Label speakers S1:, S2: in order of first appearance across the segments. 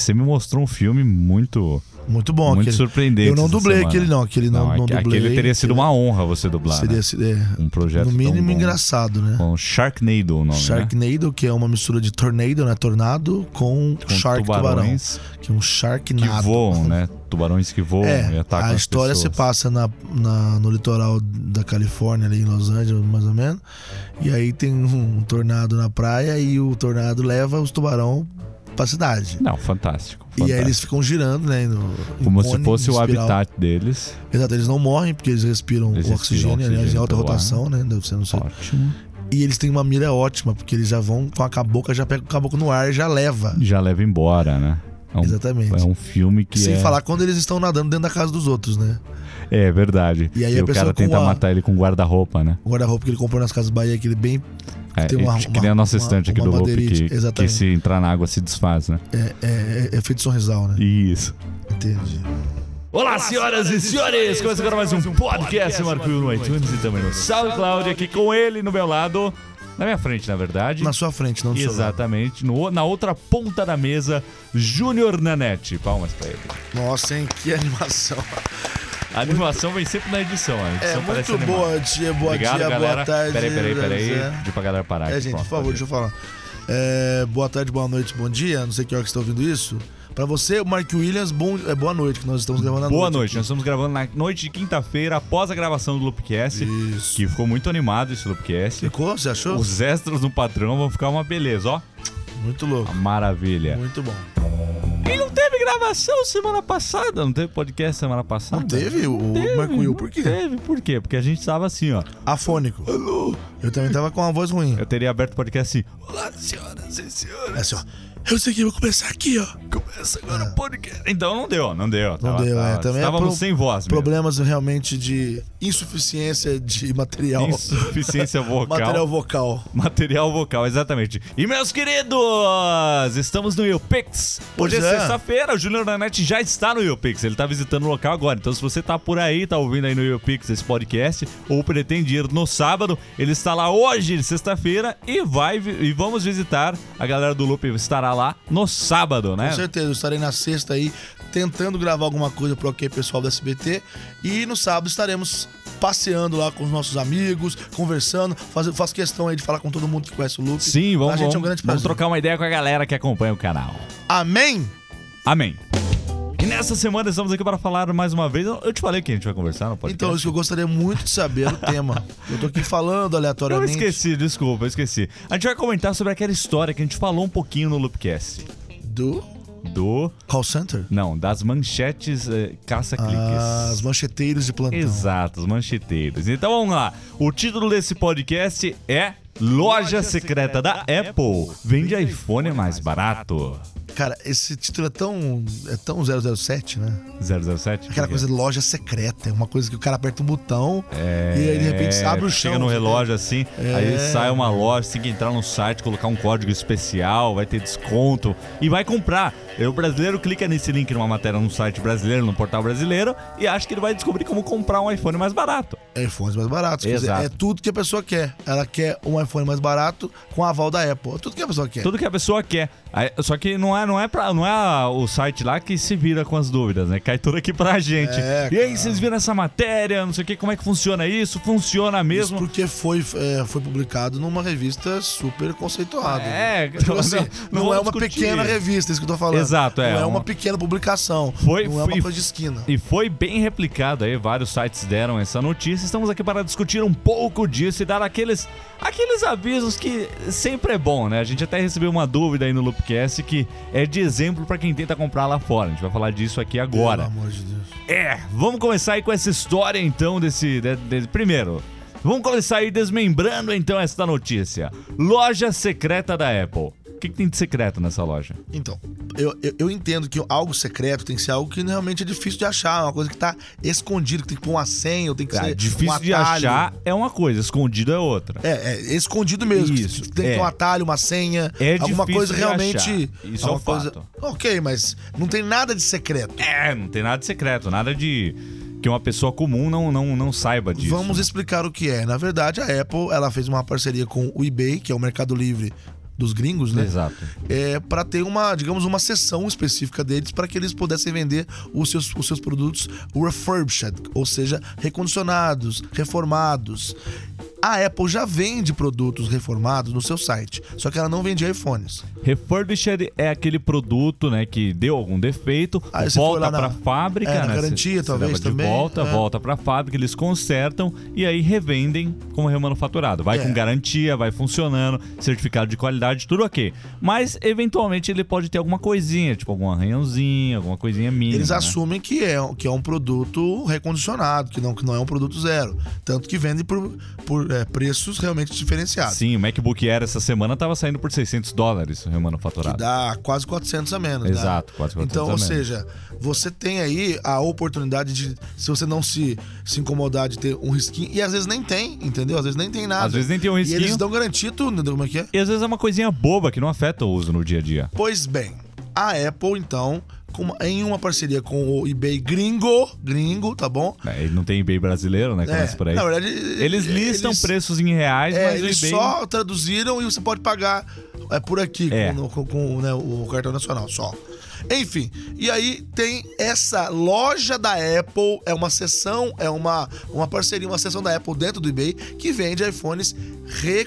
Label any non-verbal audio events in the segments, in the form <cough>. S1: você me mostrou um filme muito.
S2: Muito bom.
S1: Muito
S2: aquele.
S1: surpreendente
S2: Eu não
S1: essa
S2: dublei
S1: semana.
S2: aquele, não. Aquele não, não,
S1: aque-
S2: dublei.
S1: aquele teria sido uma honra você dublar.
S2: Seria,
S1: né?
S2: seria-
S1: Um projeto
S2: no
S1: tão
S2: mínimo
S1: bom.
S2: engraçado, né?
S1: Com Sharknado o nome. né?
S2: Sharknado, que é uma mistura de tornado, né? Tornado com,
S1: né? Com
S2: shark tubarão.
S1: tubarões
S2: Que é um
S1: que
S2: sharknado.
S1: voam, né? Tubarões que voam e
S2: É,
S1: atacam.
S2: a
S1: as
S2: história se
S1: pessoas.
S2: passa na, na- no litoral da Califórnia, ali em Los Angeles, mais ou menos. E aí tem um tornado na praia e o tornado leva os tubarão pra cidade.
S1: Não, fantástico.
S2: E aí
S1: fantástico.
S2: eles ficam girando, né? no- em
S1: Como se
S2: cone,
S1: fosse
S2: em
S1: o
S2: espiral.
S1: habitat deles.
S2: Exato, eles não morrem porque eles respiram
S1: Eles
S2: o
S1: respiram
S2: oxigênio, aliás, em
S1: oxigênio
S2: alta
S1: pelo ar.
S2: rotação, né? Deve ser, não sei.
S1: Ótimo.
S2: E eles têm uma mira ótima, porque eles já vão com a cabocla, já pega o caboclo no ar e já leva.
S1: Já leva embora, né? É um,
S2: Exatamente.
S1: É um filme que
S2: Sem
S1: é...
S2: falar quando eles estão nadando dentro da casa dos outros, né?
S1: É verdade.
S2: E aí a
S1: o
S2: pessoa
S1: cara
S2: com
S1: tenta
S2: a-
S1: matar ele com guarda-roupa, né?
S2: O guarda-roupa que ele comprou nas casas Bahia, aquele bem.
S1: É,
S2: Tem uma-
S1: e que
S2: uma-
S1: nem a nossa
S2: uma-
S1: estante aqui
S2: uma
S1: do Loop,
S2: madeirite,
S1: que, que
S2: exatamente.
S1: se entrar na água se desfaz, né?
S2: É, é, é, é feito sorrisal, né?
S1: Isso.
S2: Entendi.
S1: Olá, senhoras e senhores! Começa agora mais um podcast Marco no iTunes e também no SoundCloud, aqui com ele no meu lado, na minha frente, na verdade.
S2: Na sua frente, não do seu lado.
S1: Exatamente, no- na outra ponta da mesa, Júnior Nanete. Palmas pra ele.
S2: Nossa, hein? Que animação.
S1: A animação vem sempre na edição, a
S2: É,
S1: edição parece
S2: muito
S1: animada.
S2: boa, dia, boa
S1: Obrigado,
S2: dia,
S1: galera.
S2: boa tarde.
S1: Peraí, peraí, peraí.
S2: É.
S1: Deixa pra galera parar
S2: É,
S1: aqui,
S2: gente, por
S1: pronto,
S2: favor, deixa eu falar. É, boa tarde, boa noite, bom dia. Não sei que hora que você está ouvindo isso. Pra você, o Mark Williams, bom, é, boa noite, que nós estamos gravando à
S1: Boa
S2: noite.
S1: noite, nós estamos gravando na noite de quinta-feira, após a gravação do Loopcast,
S2: Isso.
S1: que ficou muito animado esse Loopcast.
S2: Ficou? Você achou?
S1: né? Os extras no patrão vão ficar uma beleza, ó.
S2: Muito louco.
S1: Maravilha.
S2: Muito bom.
S1: Tá E não teve gravação semana passada? Não teve podcast semana passada?
S2: Não teve o
S1: Teve,
S2: Mark Will,
S1: não
S2: por quê?
S1: Teve, por quê? Porque a gente tava assim, ó.
S2: Afônico. Eu também tava com uma voz ruim.
S1: Eu teria aberto o podcast assim. Olá, senhoras e
S2: É
S1: senhores.
S2: assim, ó. Eu sei que vou começar aqui, ó.
S1: Começa agora o podcast. Então não deu, não deu. Não
S2: É. deu, é, também é
S1: Estávamos
S2: pro-
S1: sem voz mesmo.
S2: Problemas realmente de insuficiência de material.
S1: Insuficiência vocal.
S2: Material vocal.
S1: <laughs> Material vocal, exatamente. E meus queridos, estamos no YouPix. Hoje é,
S2: Pois é.
S1: sexta-feira, o Júnior Nanete já está no YouPix. Ele está visitando o local agora. Então, se você tá por aí, tá ouvindo aí no YouPix esse podcast, ou pretende ir no sábado, ele está lá hoje, sexta-feira, e vai vi- e vamos visitar. A galera do Loop estará lá no sábado, né?
S2: Com certeza, eu estarei na sexta aí tentando gravar alguma coisa pro OK Pessoal do SBT. E no sábado estaremos passeando lá com os nossos amigos, conversando. Faz, faço questão aí de falar com todo mundo que conhece o Lupe.
S1: Sim, vamos,
S2: A gente
S1: vamos,
S2: é um grande
S1: vamos
S2: prazer.
S1: trocar uma ideia com a galera que acompanha o canal.
S2: Amém?
S1: Amém. E nessa semana estamos aqui para falar mais uma vez. Eu eu te falei que a gente vai conversar no podcast.
S2: Então, isso que eu gostaria muito
S1: <laughs>
S2: de saber o tema. Eu tô aqui falando
S1: Eu
S2: aleatoriamente.
S1: esqueci, desculpa, eu esqueci. A gente vai comentar sobre aquela história que a gente falou um pouquinho no Loopcast.
S2: Do
S1: Do.
S2: call center?
S1: Não, das manchetes eh,
S2: As
S1: caça-cliques.
S2: mancheteiros de
S1: então.
S2: plantão.
S1: Exato, os mancheteiros. Então vamos lá. O título desse podcast é Loja Secreta da Apple. Vende iPhone mais barato.
S2: Cara, esse título é tão, é tão 007, né?
S1: 007?
S2: Aquela coisa de loja secreta, é uma coisa que o cara aperta um botão e aí de repente abre o
S1: É.
S2: chão. É.
S1: Chega no
S2: né?
S1: relógio assim, aí sai uma loja, você tem que entrar no site, colocar um código especial, vai ter desconto e vai comprar. E o brasileiro clica nesse link numa matéria no site brasileiro, no portal brasileiro, e acha que ele vai descobrir como comprar um iPhone mais barato.
S2: É iPhones mais baratos. quer dizer,
S1: Exato.
S2: é tudo que a pessoa quer. Ela quer um iPhone mais barato com aval da Apple. É tudo que a pessoa quer.
S1: Tudo que a pessoa quer. Aí- Só que não é, não é, pra, não é a- o site lá que se vira com as dúvidas, né? Cai tudo aqui pra gente.
S2: É,
S1: e aí,
S2: cara.
S1: vocês viram essa matéria, não sei o que, como é que funciona isso? Funciona
S2: Isso
S1: mesmo?
S2: porque foi, é, foi publicado numa revista super conceituada.
S1: É, <laughs>
S2: Então,
S1: não-
S2: assim,
S1: não- não
S2: não, é uma
S1: vamos discutir.
S2: pequena revista, isso que eu tô falando.
S1: Exato, é,
S2: Não é
S1: uma-
S2: uma pequena publicação.
S1: Foi-
S2: não é uma
S1: foi-
S2: coisa de esquina.
S1: E foi bem replicado aí, vários sites deram essa notícia. Estamos aqui para discutir um pouco disso e dar aqueles, aqueles avisos que sempre é bom, né? A gente até recebeu uma dúvida aí no Loopcast que é de exemplo para quem tenta comprar lá fora. A gente vai falar disso aqui agora.
S2: Pelo amor de Deus.
S1: É, vamos começar aí com essa história então desse, de- de- primeiro. Vamos começar aí desmembrando então essa notícia. Loja secreta da Apple. O que, que tem de secreto nessa loja?
S2: Então, eu, eu, eu entendo que algo secreto tem que ser algo que realmente é difícil de achar, uma coisa que tá escondida, que tem que pôr uma senha, ou tem que
S1: Ah,
S2: ser.
S1: difícil
S2: um
S1: de
S2: atalho.
S1: achar é uma coisa, escondido é outra.
S2: É, é escondido mesmo.
S1: Isso,
S2: tem que
S1: é.
S2: ter um atalho, uma senha,
S1: É
S2: alguma
S1: difícil
S2: coisa
S1: de
S2: realmente.
S1: achar. Isso é um
S2: alguma coisa...
S1: fato.
S2: Ok, mas não tem nada de secreto.
S1: É, não tem nada de secreto, nada de que uma pessoa comum não, não, não saiba disso.
S2: Vamos explicar o que é. Na verdade, a Apple ela fez uma parceria com o eBay, que é o Mercado Livre dos gringos, né?
S1: Exato.
S2: É, para ter uma, digamos, uma sessão específica deles para que eles pudessem vender os seus, os seus produtos refurbished, ou seja, recondicionados, reformados. A Apple já vende produtos reformados no seu site, só que ela não vende iPhones.
S1: Refurbished é aquele produto, né, que deu algum defeito,
S2: Aí Ah, você foi
S1: volta
S2: lá
S1: pra
S2: na-
S1: fábrica,
S2: é, na
S1: né?
S2: garantia,
S1: você- você
S2: talvez,
S1: leva de
S2: também,
S1: volta,
S2: é.
S1: volta pra fábrica, eles consertam e aí revendem como remanufaturado. Vai
S2: É.
S1: com garantia, vai funcionando, certificado de qualidade, tudo ok. Mas eventualmente ele pode ter alguma coisinha, tipo algum arranhãozinho, alguma coisinha mínima.
S2: Eles
S1: né?
S2: assumem que é, que é um produto recondicionado, que não, que não é um produto zero. Tanto que vendem por, por é, preços realmente diferenciados.
S1: Sim, o MacBook Air essa semana tava saindo por 600 dólares o
S2: Que
S1: remanufaturado.
S2: dá quase 400 a menos. né?
S1: Exato, quase 400
S2: Então,
S1: a
S2: ou
S1: menos.
S2: seja, você tem aí a oportunidade de, se você não se, se incomodar de ter um risquinho, e às vezes nem tem, entendeu? Às vezes nem tem nada.
S1: Às vezes nem tem um
S2: E
S1: risquinho.
S2: eles dão garantia tudo, entendeu como é que é?
S1: E às vezes é uma coisinha boba que não afeta o uso no dia a dia.
S2: Pois bem, a Apple, então, com- em uma parceria com o eBay gringo, gringo, tá bom?
S1: É, Ele não tem eBay brasileiro, né? Começa por aí.
S2: Na verdade,
S1: Eles listam
S2: É, eles-
S1: preços em reais,
S2: É,
S1: mas
S2: eles
S1: o eBay...
S2: só traduziram e você pode pagar é, por aqui
S1: É.
S2: com, com- com, né, o cartão nacional só. Enfim, e aí tem essa loja da Apple, é uma sessão, é uma, uma parceria, uma sessão da Apple dentro do eBay que vende iPhones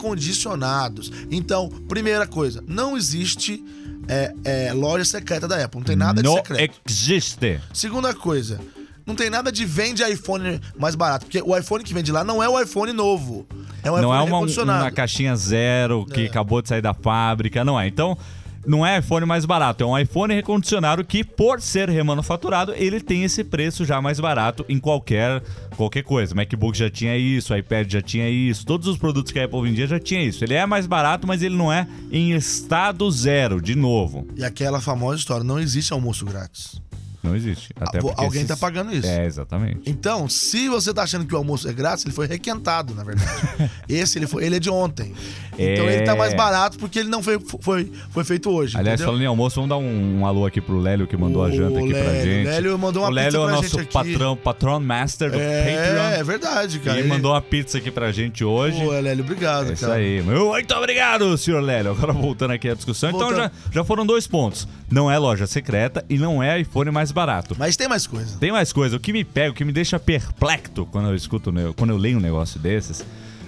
S2: recondicionados. Então, primeira coisa, não existe é, é, loja secreta da Apple, não tem nada de
S1: não
S2: secreto.
S1: existe.
S2: Segunda coisa, não tem nada de vende iPhone mais barato, porque o iPhone que vende lá não é o iPhone novo. É um
S1: não
S2: iPhone
S1: é uma,
S2: recondicionado.
S1: uma caixinha zero que
S2: É.
S1: acabou de sair da fábrica, não é. Então, não é iPhone mais barato, é um iPhone recondicionado que, por ser remanufaturado, ele tem esse preço já mais barato em qualquer, qualquer coisa. MacBook já tinha isso, iPad já tinha isso, todos os produtos que a Apple vendia já tinha isso. Ele é mais barato, mas ele não é em estado zero, de novo.
S2: E aquela famosa história, não existe almoço grátis.
S1: Não existe. Até
S2: Ah,
S1: porque
S2: alguém
S1: esses-
S2: tá pagando isso.
S1: É, exatamente.
S2: Então, se você tá achando que o almoço é grátis, ele foi requentado,
S1: <laughs>
S2: na verdade. Esse ele foi, ele é de ontem. Então
S1: É.
S2: ele tá mais barato porque ele não foi, foi, foi feito hoje,
S1: Aliás,
S2: entendeu?
S1: falando em almoço, vamos dar um, um alô aqui pro Lélio que mandou a
S2: O
S1: janta aqui pra
S2: Lélio,
S1: gente.
S2: o Lélio mandou uma
S1: O Lélio
S2: pizza
S1: é o
S2: pra
S1: nosso
S2: gente aqui.
S1: patrão, patrão master do
S2: é, é
S1: Patreon.
S2: verdade, cara.
S1: e ele mandou uma pizza aqui pra gente hoje.
S2: Pô, Hélio, obrigado,
S1: É isso
S2: cara.
S1: aí. Meu, Muito obrigado, senhor Lélio. Agora voltando aqui à discussão. Então já,
S2: Voltando.
S1: já foram dois pontos. Não é loja secreta e não é iPhone mais barato.
S2: Mas tem mais coisa.
S1: Tem mais coisa. O que me pega, o que me deixa perplexo quando eu escuto, ne- quando eu leio um negócio desses.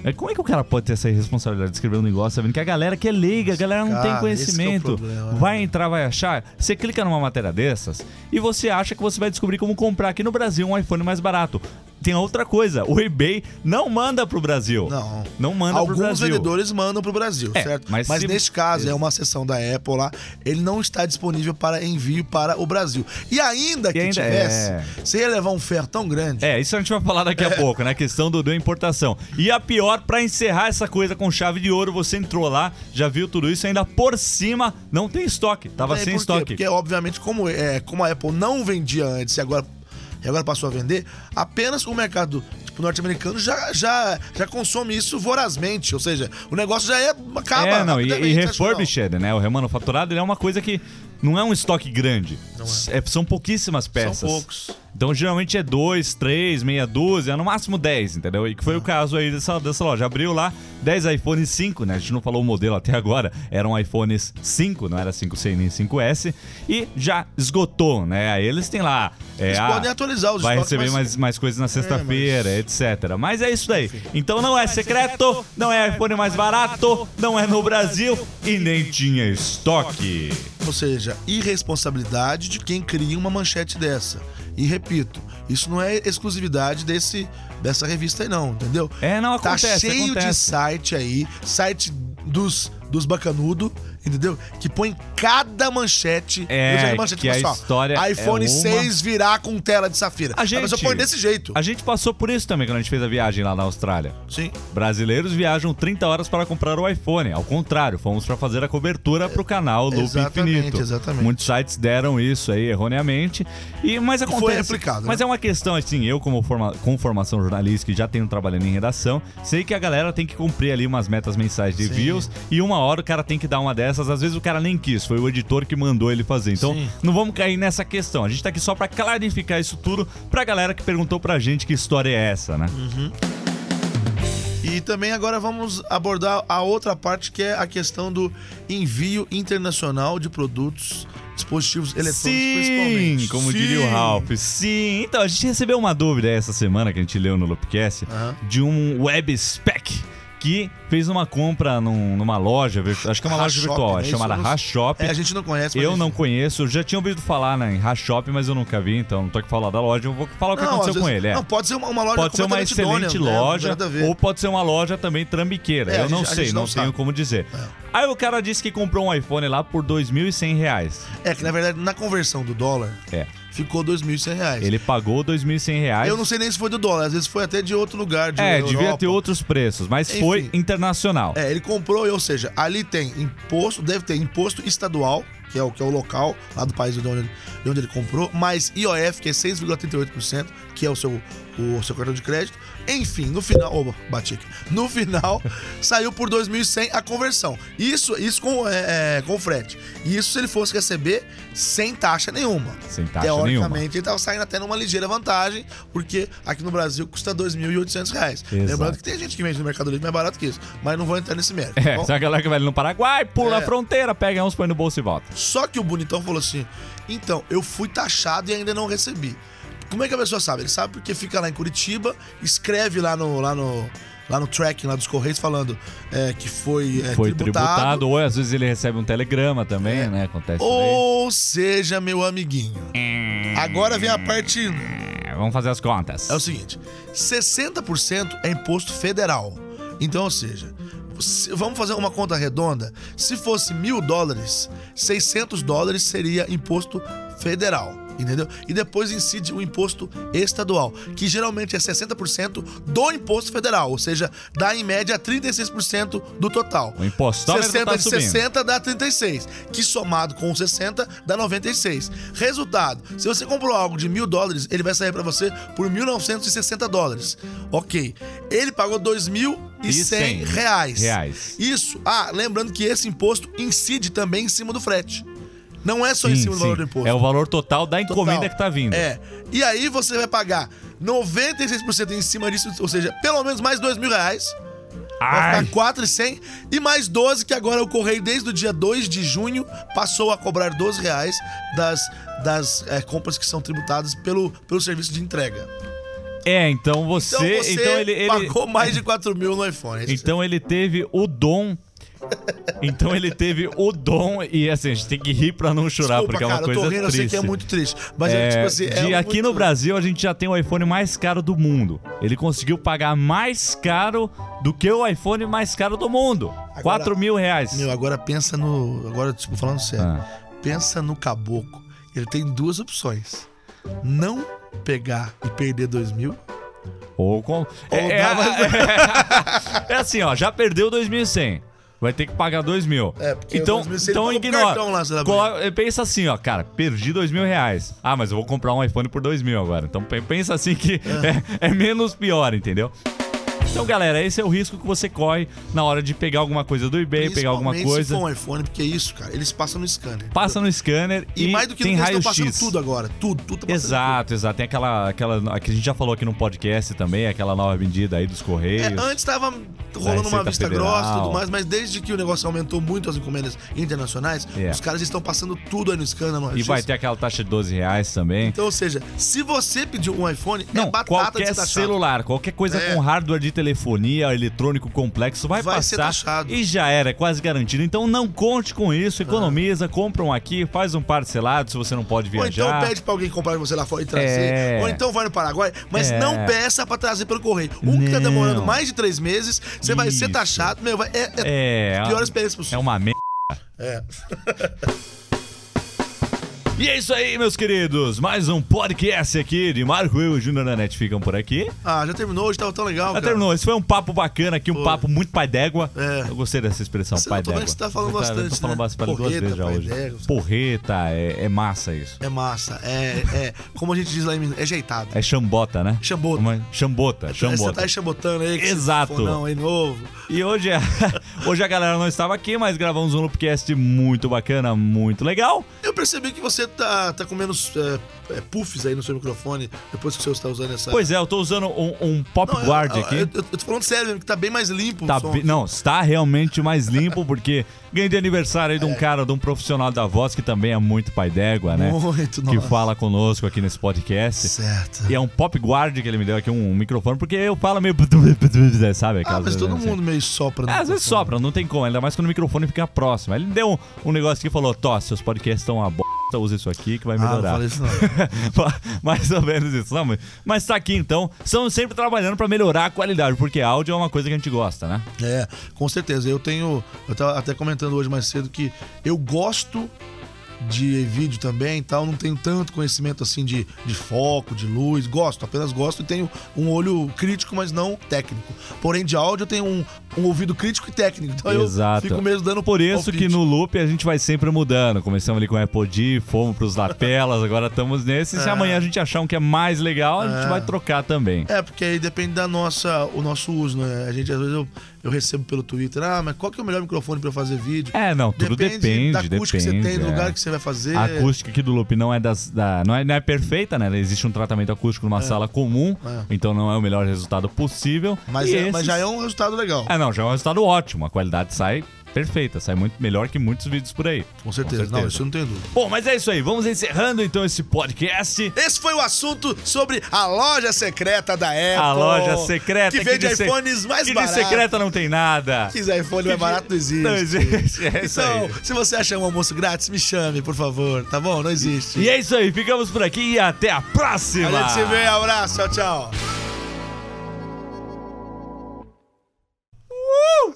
S1: É, como é que o cara pode ter essa irresponsabilidade de escrever um negócio sabendo que a galera que é leiga, a galera não
S2: Cara,
S1: tem
S2: esse
S1: conhecimento,
S2: que é o problema, né?
S1: vai entrar, vai achar? Você clica numa matéria dessas e você acha que você vai descobrir como comprar aqui no Brasil um iPhone mais barato. Tem outra coisa, o eBay não manda pro Brasil.
S2: Não.
S1: Não manda pro
S2: Alguns
S1: Brasil.
S2: vendedores mandam pro Brasil,
S1: É,
S2: certo?
S1: mas
S2: Mas,
S1: se-
S2: neste caso, é uma sessão da Apple lá, ele não está disponível para envio para o Brasil. E ainda que
S1: ainda-
S2: tivesse,
S1: é.
S2: você ia levar um ferro tão grande.
S1: É, isso a gente vai falar daqui a pouco, né? A questão do, da importação. E a pior, pra encerrar essa coisa com chave de ouro, você entrou lá, já viu tudo isso, ainda por cima não tem estoque. Tava
S2: Aí,
S1: sem
S2: por quê?
S1: estoque.
S2: Porque, obviamente, como, é, como a Apple não vendia antes e agora, e agora passou a vender, apenas o mercado tipo, norte-americano já, já, já consome isso vorazmente. Ou seja, o negócio já é, acaba.
S1: é, não, e, e
S2: rapidamente, acho que não.
S1: refurbished, né? O remanufaturado ele é uma coisa que não é um estoque grande. É, são pouquíssimas peças.
S2: São poucos.
S1: Então geralmente é dois, três, meia dúzia, no máximo 10, entendeu? E que foi o
S2: Tá.
S1: caso aí dessa, dessa loja. Abriu lá 10 iPhone 5, né? A gente não falou o modelo até agora. Eram iPhones 5, não era 5C nem 5S. E já esgotou, né? Aí eles têm lá. é,
S2: Eles
S1: ah,
S2: podem atualizar os
S1: Vai
S2: estoques,
S1: receber
S2: mas- É,
S1: mais, mais coisas na sexta-feira, etc. Mas é isso daí. Então não é secreto, não é iPhone mais barato, não é no Brasil e nem tinha estoque.
S2: Ou seja, irresponsabilidade de quem cria uma manchete dessa. E repito, isso não é exclusividade desse, dessa revista aí não, entendeu?
S1: É, não
S2: tá
S1: acontece,
S2: cheio de
S1: acontece.
S2: site aí, site dos, dos bacanudo, entendeu? Que põe cada manchete.
S1: É,
S2: vi manchete
S1: que a
S2: pessoal,
S1: história é
S2: iPhone
S1: uma-
S2: 6 virá com tela de safira.
S1: A gente-
S2: Mas eu põe desse jeito.
S1: A gente passou por isso também quando a gente fez a viagem lá na Austrália.
S2: Sim.
S1: Brasileiros viajam 30 horas para comprar o iPhone. Ao contrário, fomos para fazer a cobertura para o canal Loop
S2: Exatamente,
S1: Infinito.
S2: exatamente.
S1: Muitos sites deram isso aí erroneamente. E, mas acontece.
S2: replicado,
S1: Mas
S2: né?
S1: é uma questão, assim, eu como forma, com formação jornalística e já tenho trabalhando em redação, sei que a galera tem que cumprir ali umas metas mensais de
S2: Sim.
S1: views e uma hora o cara tem que dar uma dessas. Às vezes o cara nem quis, foi o editor que mandou ele fazer. Então
S2: Sim.
S1: não vamos cair nessa questão. A gente tá aqui só para clarificar isso tudo para a galera que perguntou pra gente que história é essa, né?
S2: E E também agora vamos abordar a outra parte que é a questão do envio internacional de produtos, dispositivos eletrônicos
S1: Sim,
S2: principalmente.
S1: como
S2: Sim.
S1: diria o Ralph. Sim, então a gente recebeu uma dúvida essa semana que a gente leu no Loopcast
S2: Aham.
S1: de um web spec que fez uma compra num- numa loja, virtu- acho que é uma loja
S2: Rashop,
S1: virtual,
S2: né?
S1: é
S2: Isso
S1: chamada
S2: eu não-
S1: Rashop.
S2: É, a gente não conhece. mas
S1: Eu
S2: enfim.
S1: não conheço, eu já tinha ouvido falar né, em Rashop, mas eu nunca vi, então não tô aqui falar da loja, eu vou falar o que
S2: Não,
S1: aconteceu
S2: às vezes-
S1: com ele. é.
S2: Não, pode ser uma, uma loja
S1: Pode ser uma
S2: completamente
S1: excelente
S2: idônea, né? Não tem
S1: loja,
S2: nada a ver.
S1: ou pode ser uma loja também trambiqueira.
S2: É, a
S1: eu não
S2: gente- a
S1: sei,
S2: gente
S1: não,
S2: não
S1: tenho
S2: sabe. É.
S1: como dizer. Aí o cara disse que comprou um iPhone lá por R$ 2.100. reais.
S2: É que, na verdade, na conversão do dólar,
S1: É,
S2: ficou R$ 2.100. reais.
S1: ele pagou R$ 2.100. reais.
S2: Eu não sei nem se foi do dólar, às vezes foi até de outro lugar, de
S1: É,
S2: Europa.
S1: devia ter outros preços, mas
S2: Enfim.
S1: foi internacional.
S2: É, ele comprou, ou seja, ali tem imposto, deve ter imposto estadual, que é o que é o local lá do país de onde, ele- de onde ele comprou, mais IOF, que é 6,38%, que é o seu, o seu cartão de crédito. Enfim, no final. Oba, bati aqui. No final, saiu por 2.100 a conversão. Isso, isso com, é, é, com frete. E isso se ele fosse receber sem taxa nenhuma.
S1: Sem taxa
S2: Teoricamente,
S1: nenhuma.
S2: ele estava saindo até numa ligeira vantagem, porque aqui no Brasil custa R$ 2.800. reais.
S1: Exato.
S2: Lembrando que tem gente que vende no Mercado Livre mais barato que isso, mas não vou entrar nesse mérito. tá
S1: É,
S2: bom?
S1: sabe a galera que vai ali no Paraguai, pula
S2: É.
S1: a fronteira, pega uns, põe no bolso e volta.
S2: Só que o bonitão falou assim: então, eu fui taxado e ainda não recebi. Como é que a pessoa sabe? Ele sabe porque fica lá em Curitiba, escreve lá no. Lá no Lá no tracking lá dos Correios falando é, que foi, é,
S1: Foi tributado.
S2: tributado. É.
S1: ou às vezes ele recebe um telegrama também, né? Acontece isso
S2: Ou seja, meu amiguinho.
S1: Hum.
S2: Agora vem a parte
S1: daí. É, Vamos fazer as contas.
S2: É o seguinte: 60% é imposto federal. Então, ou seja, se- vamos fazer uma conta redonda. Se fosse mil dólares, 600 dólares seria imposto federal. Entendeu? E depois incide o imposto estadual, que geralmente é 60% do imposto federal, ou seja, dá em média 36% do total.
S1: O impostômetro tá
S2: 60 de
S1: subindo.
S2: 60 dá 36, que somado com 60 dá 96. Resultado: se você comprou algo de mil dólares, ele vai sair pra você por 1.960 dólares. Ok. Ele pagou 2.100 reais.
S1: Reais.
S2: Isso. Ah, lembrando que esse imposto incide também em cima do frete. Não é só em
S1: Sim,
S2: cima do
S1: sim.
S2: valor do imposto.
S1: É o valor total da
S2: Total.
S1: encomenda que tá vindo.
S2: É. E aí você vai pagar 96% em cima disso, ou seja, pelo menos mais dois mil reais. Vai
S1: Ai,
S2: ficar 4,100 e mais 12, que agora é o Correio, desde o dia 2 de junho, passou a cobrar 12 reais das, das eh, compras que são tributadas pelo, pelo serviço de entrega.
S1: é, então você.
S2: Então você
S1: ele, ele-
S2: pagou mais de 4 mil no iPhone. é
S1: Então ele teve o dom. Então ele teve o dom. E assim, a gente tem que rir pra não chorar,
S2: Desculpa,
S1: porque é uma
S2: cara,
S1: coisa
S2: eu tô rindo,
S1: triste.
S2: eu sei que é muito triste. Mas é,
S1: É,
S2: tipo assim, é
S1: de aqui
S2: muito-
S1: no Brasil a gente já tem o iPhone mais caro do mundo. Ele conseguiu pagar mais caro do que o iPhone mais caro do mundo. 4 mil reais.
S2: Meu, agora pensa no. Agora, tipo, falando sério.
S1: Ah.
S2: Pensa no caboclo. Ele tem duas opções: não pegar e perder 2 mil.
S1: Ou com. é, é,
S2: dá
S1: é assim, ó, já perdeu 2.100. Vai ter que pagar 2 mil.
S2: É, porque
S1: então,
S2: 2.100 ele
S1: então
S2: pagou pro
S1: ignora.
S2: cartão lá, sei lá,
S1: Colo- pensa assim, ó, cara, perdi dois mil reais. Ah, mas eu vou comprar um iPhone por dois mil agora. Então pe- pensa assim que é, é menos pior, entendeu? Então, galera, esse é o risco que você corre na hora de pegar alguma coisa do eBay, pegar alguma
S2: Principalmente
S1: coisa.
S2: Se for um iPhone, porque é isso, cara. Eles passam no scanner.
S1: Passa no scanner e,
S2: E, mais do que
S1: tem
S2: nunca, eles estão
S1: raio-x.
S2: passando tudo agora. Tudo, tudo tá passando.
S1: Exato, exato. Tem aquela, aquela. A que a gente já falou aqui no podcast também, aquela nova medida aí dos Correios.
S2: É, antes tava rolando uma
S1: Receita
S2: vista
S1: Federal.
S2: grossa e tudo mais, mas desde que o negócio aumentou muito as encomendas internacionais,
S1: É.
S2: os caras estão passando tudo aí no scanner. No
S1: e vai
S2: raio-x.
S1: ter aquela taxa de 12 reais também.
S2: Então, ou seja, se você pediu um iPhone, é
S1: Não,
S2: batata de
S1: qualquer
S2: ser taxado.
S1: celular, qualquer coisa
S2: É.
S1: com hardware de telefonia, eletrônico complexo, vai,
S2: Vai ser
S1: passar
S2: taxado. Tá.
S1: e já era, é quase garantido. Então não conte com isso, economiza, compra um aqui, faz um parcelado se você não pode
S2: Ou
S1: viajar.
S2: então pede pra alguém comprar de você lá fora e trazer.
S1: É.
S2: Ou então vai no Paraguai, mas
S1: É.
S2: não peça pra trazer pelo correio. Um que tá
S1: Não.
S2: demorando mais de três meses, você vai ser
S1: Isso.
S2: taxado. Meu, vai- é, é,
S1: É,
S2: a pior experiência
S1: é
S2: possível.
S1: uma merda.
S2: É.
S1: E é isso aí, meus queridos. Mais um podcast aqui de Marco eu e Júnior da Net ficam por aqui.
S2: Ah, já terminou? Hoje tava tão legal.
S1: Já
S2: cara.
S1: terminou. Esse foi um papo bacana aqui, um papo muito pai d'égua.
S2: É.
S1: Eu gostei dessa expressão,
S2: Você
S1: pai
S2: notou
S1: d'égua.
S2: bem que você tá falando
S1: Eu eu tô
S2: bastante,
S1: falando
S2: né?
S1: bastante, falei duas
S2: Porreta,
S1: vezes já
S2: pai
S1: hoje.
S2: d'égua.
S1: Porreta, é- é massa isso.
S2: É massa. É, é. Como a gente diz lá em Minas, é jeitado.
S1: É chambota, né?
S2: Chambota.
S1: Uma- Chambota,
S2: Você tá
S1: chambota.
S2: aí chambotando aí. que
S1: Exato.
S2: esse Fonão aí é novo.
S1: E hoje a, <laughs> hoje a galera não estava aqui, mas gravamos um Loopcast muito bacana, muito legal.
S2: Eu percebi que você tá, tá com menos é, é, puffs aí no seu microfone depois que você está usando essa.
S1: Pois é, eu tô usando um, um Pop
S2: Não, eu-
S1: Guard
S2: eu,
S1: aqui.
S2: Eu, eu tô falando sério, mesmo, que tá bem mais limpo
S1: Tá
S2: o som.
S1: bi- não, está realmente mais limpo, porque ganhei de aniversário
S2: É.
S1: aí de um cara, de um profissional da voz, que também é muito pai d'égua, né?
S2: Muito,
S1: que
S2: nossa.
S1: fala conosco aqui nesse podcast.
S2: Certo.
S1: E é um pop guard que ele me deu aqui, um microfone, porque eu falo meio... <laughs> Sabe?
S2: Ah,
S1: aquelas
S2: mas todo
S1: coisas assim.
S2: mundo meio sopra. no
S1: É, às vezes
S2: microfone.
S1: sopra, não tem como, ainda mais quando o microfone fica próximo. Aí Ele deu um, um negócio que falou: Tó, seus podcasts estão uma bosta, usa isso aqui que vai
S2: Ah, não
S1: melhorar.
S2: falei isso não.
S1: <laughs> mais ou menos isso, não, mas- mas tá aqui então. Estamos sempre trabalhando pra melhorar a qualidade, porque áudio é uma coisa que a gente gosta, né?
S2: É, com certeza. Eu tenho. Eu tava até comentando hoje mais cedo que eu gosto de vídeo também e tal. Não tenho tanto conhecimento assim de, de foco, de luz. Gosto, apenas gosto e tenho um olho crítico, mas não técnico. Porém, de áudio eu tenho um, um ouvido crítico e técnico. Então
S1: Exato.
S2: eu fico mesmo dando
S1: Por isso
S2: palpite.
S1: que no loop a gente vai sempre mudando. Começamos ali com o Apodi, fomos pros lapelas, agora estamos nesse. Se amanhã a gente achar um que é mais legal, a gente vai trocar também.
S2: É, porque aí depende da nossa, o nosso uso, né? A gente, às vezes, eu, eu recebo pelo Twitter, ah, mas qual que é o melhor microfone pra eu fazer vídeo?
S1: É, não, tudo depende,
S2: da acústica que você tem, do
S1: depende,
S2: lugar
S1: é.
S2: que você vai fazer.
S1: A acústica aqui do loop não é das. da- não, é, não é perfeita, né? Existe um tratamento acústico numa sala comum,
S2: É.
S1: então não é o melhor resultado possível.
S2: Mas,
S1: E
S2: é- mas
S1: esses-
S2: já é um resultado legal.
S1: Ah, não, já é um resultado ótimo. A qualidade sai perfeita, sai muito melhor que muitos vídeos por aí.
S2: Com certeza.
S1: certeza.
S2: Não, isso eu não tenho dúvida.
S1: Bom, mas é isso aí. Vamos encerrando então esse podcast.
S2: Esse foi o assunto sobre a loja secreta da Apple.
S1: A loja secreta
S2: Que vende
S1: de se-
S2: iPhones mais
S1: que
S2: baratos.
S1: de secreta não tem nada.
S2: Que de iPhone mais barato não existe.
S1: Não existe. É isso
S2: Então,
S1: aí.
S2: se você achar um almoço grátis, me chame, por favor. Tá bom? Não existe.
S1: E é isso aí. Ficamos por aqui e até a próxima.
S2: a gente se vê. Abraço. Tchau, tchau.
S1: Uh!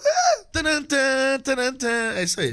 S2: Tanantã, tanantã. É isso aí.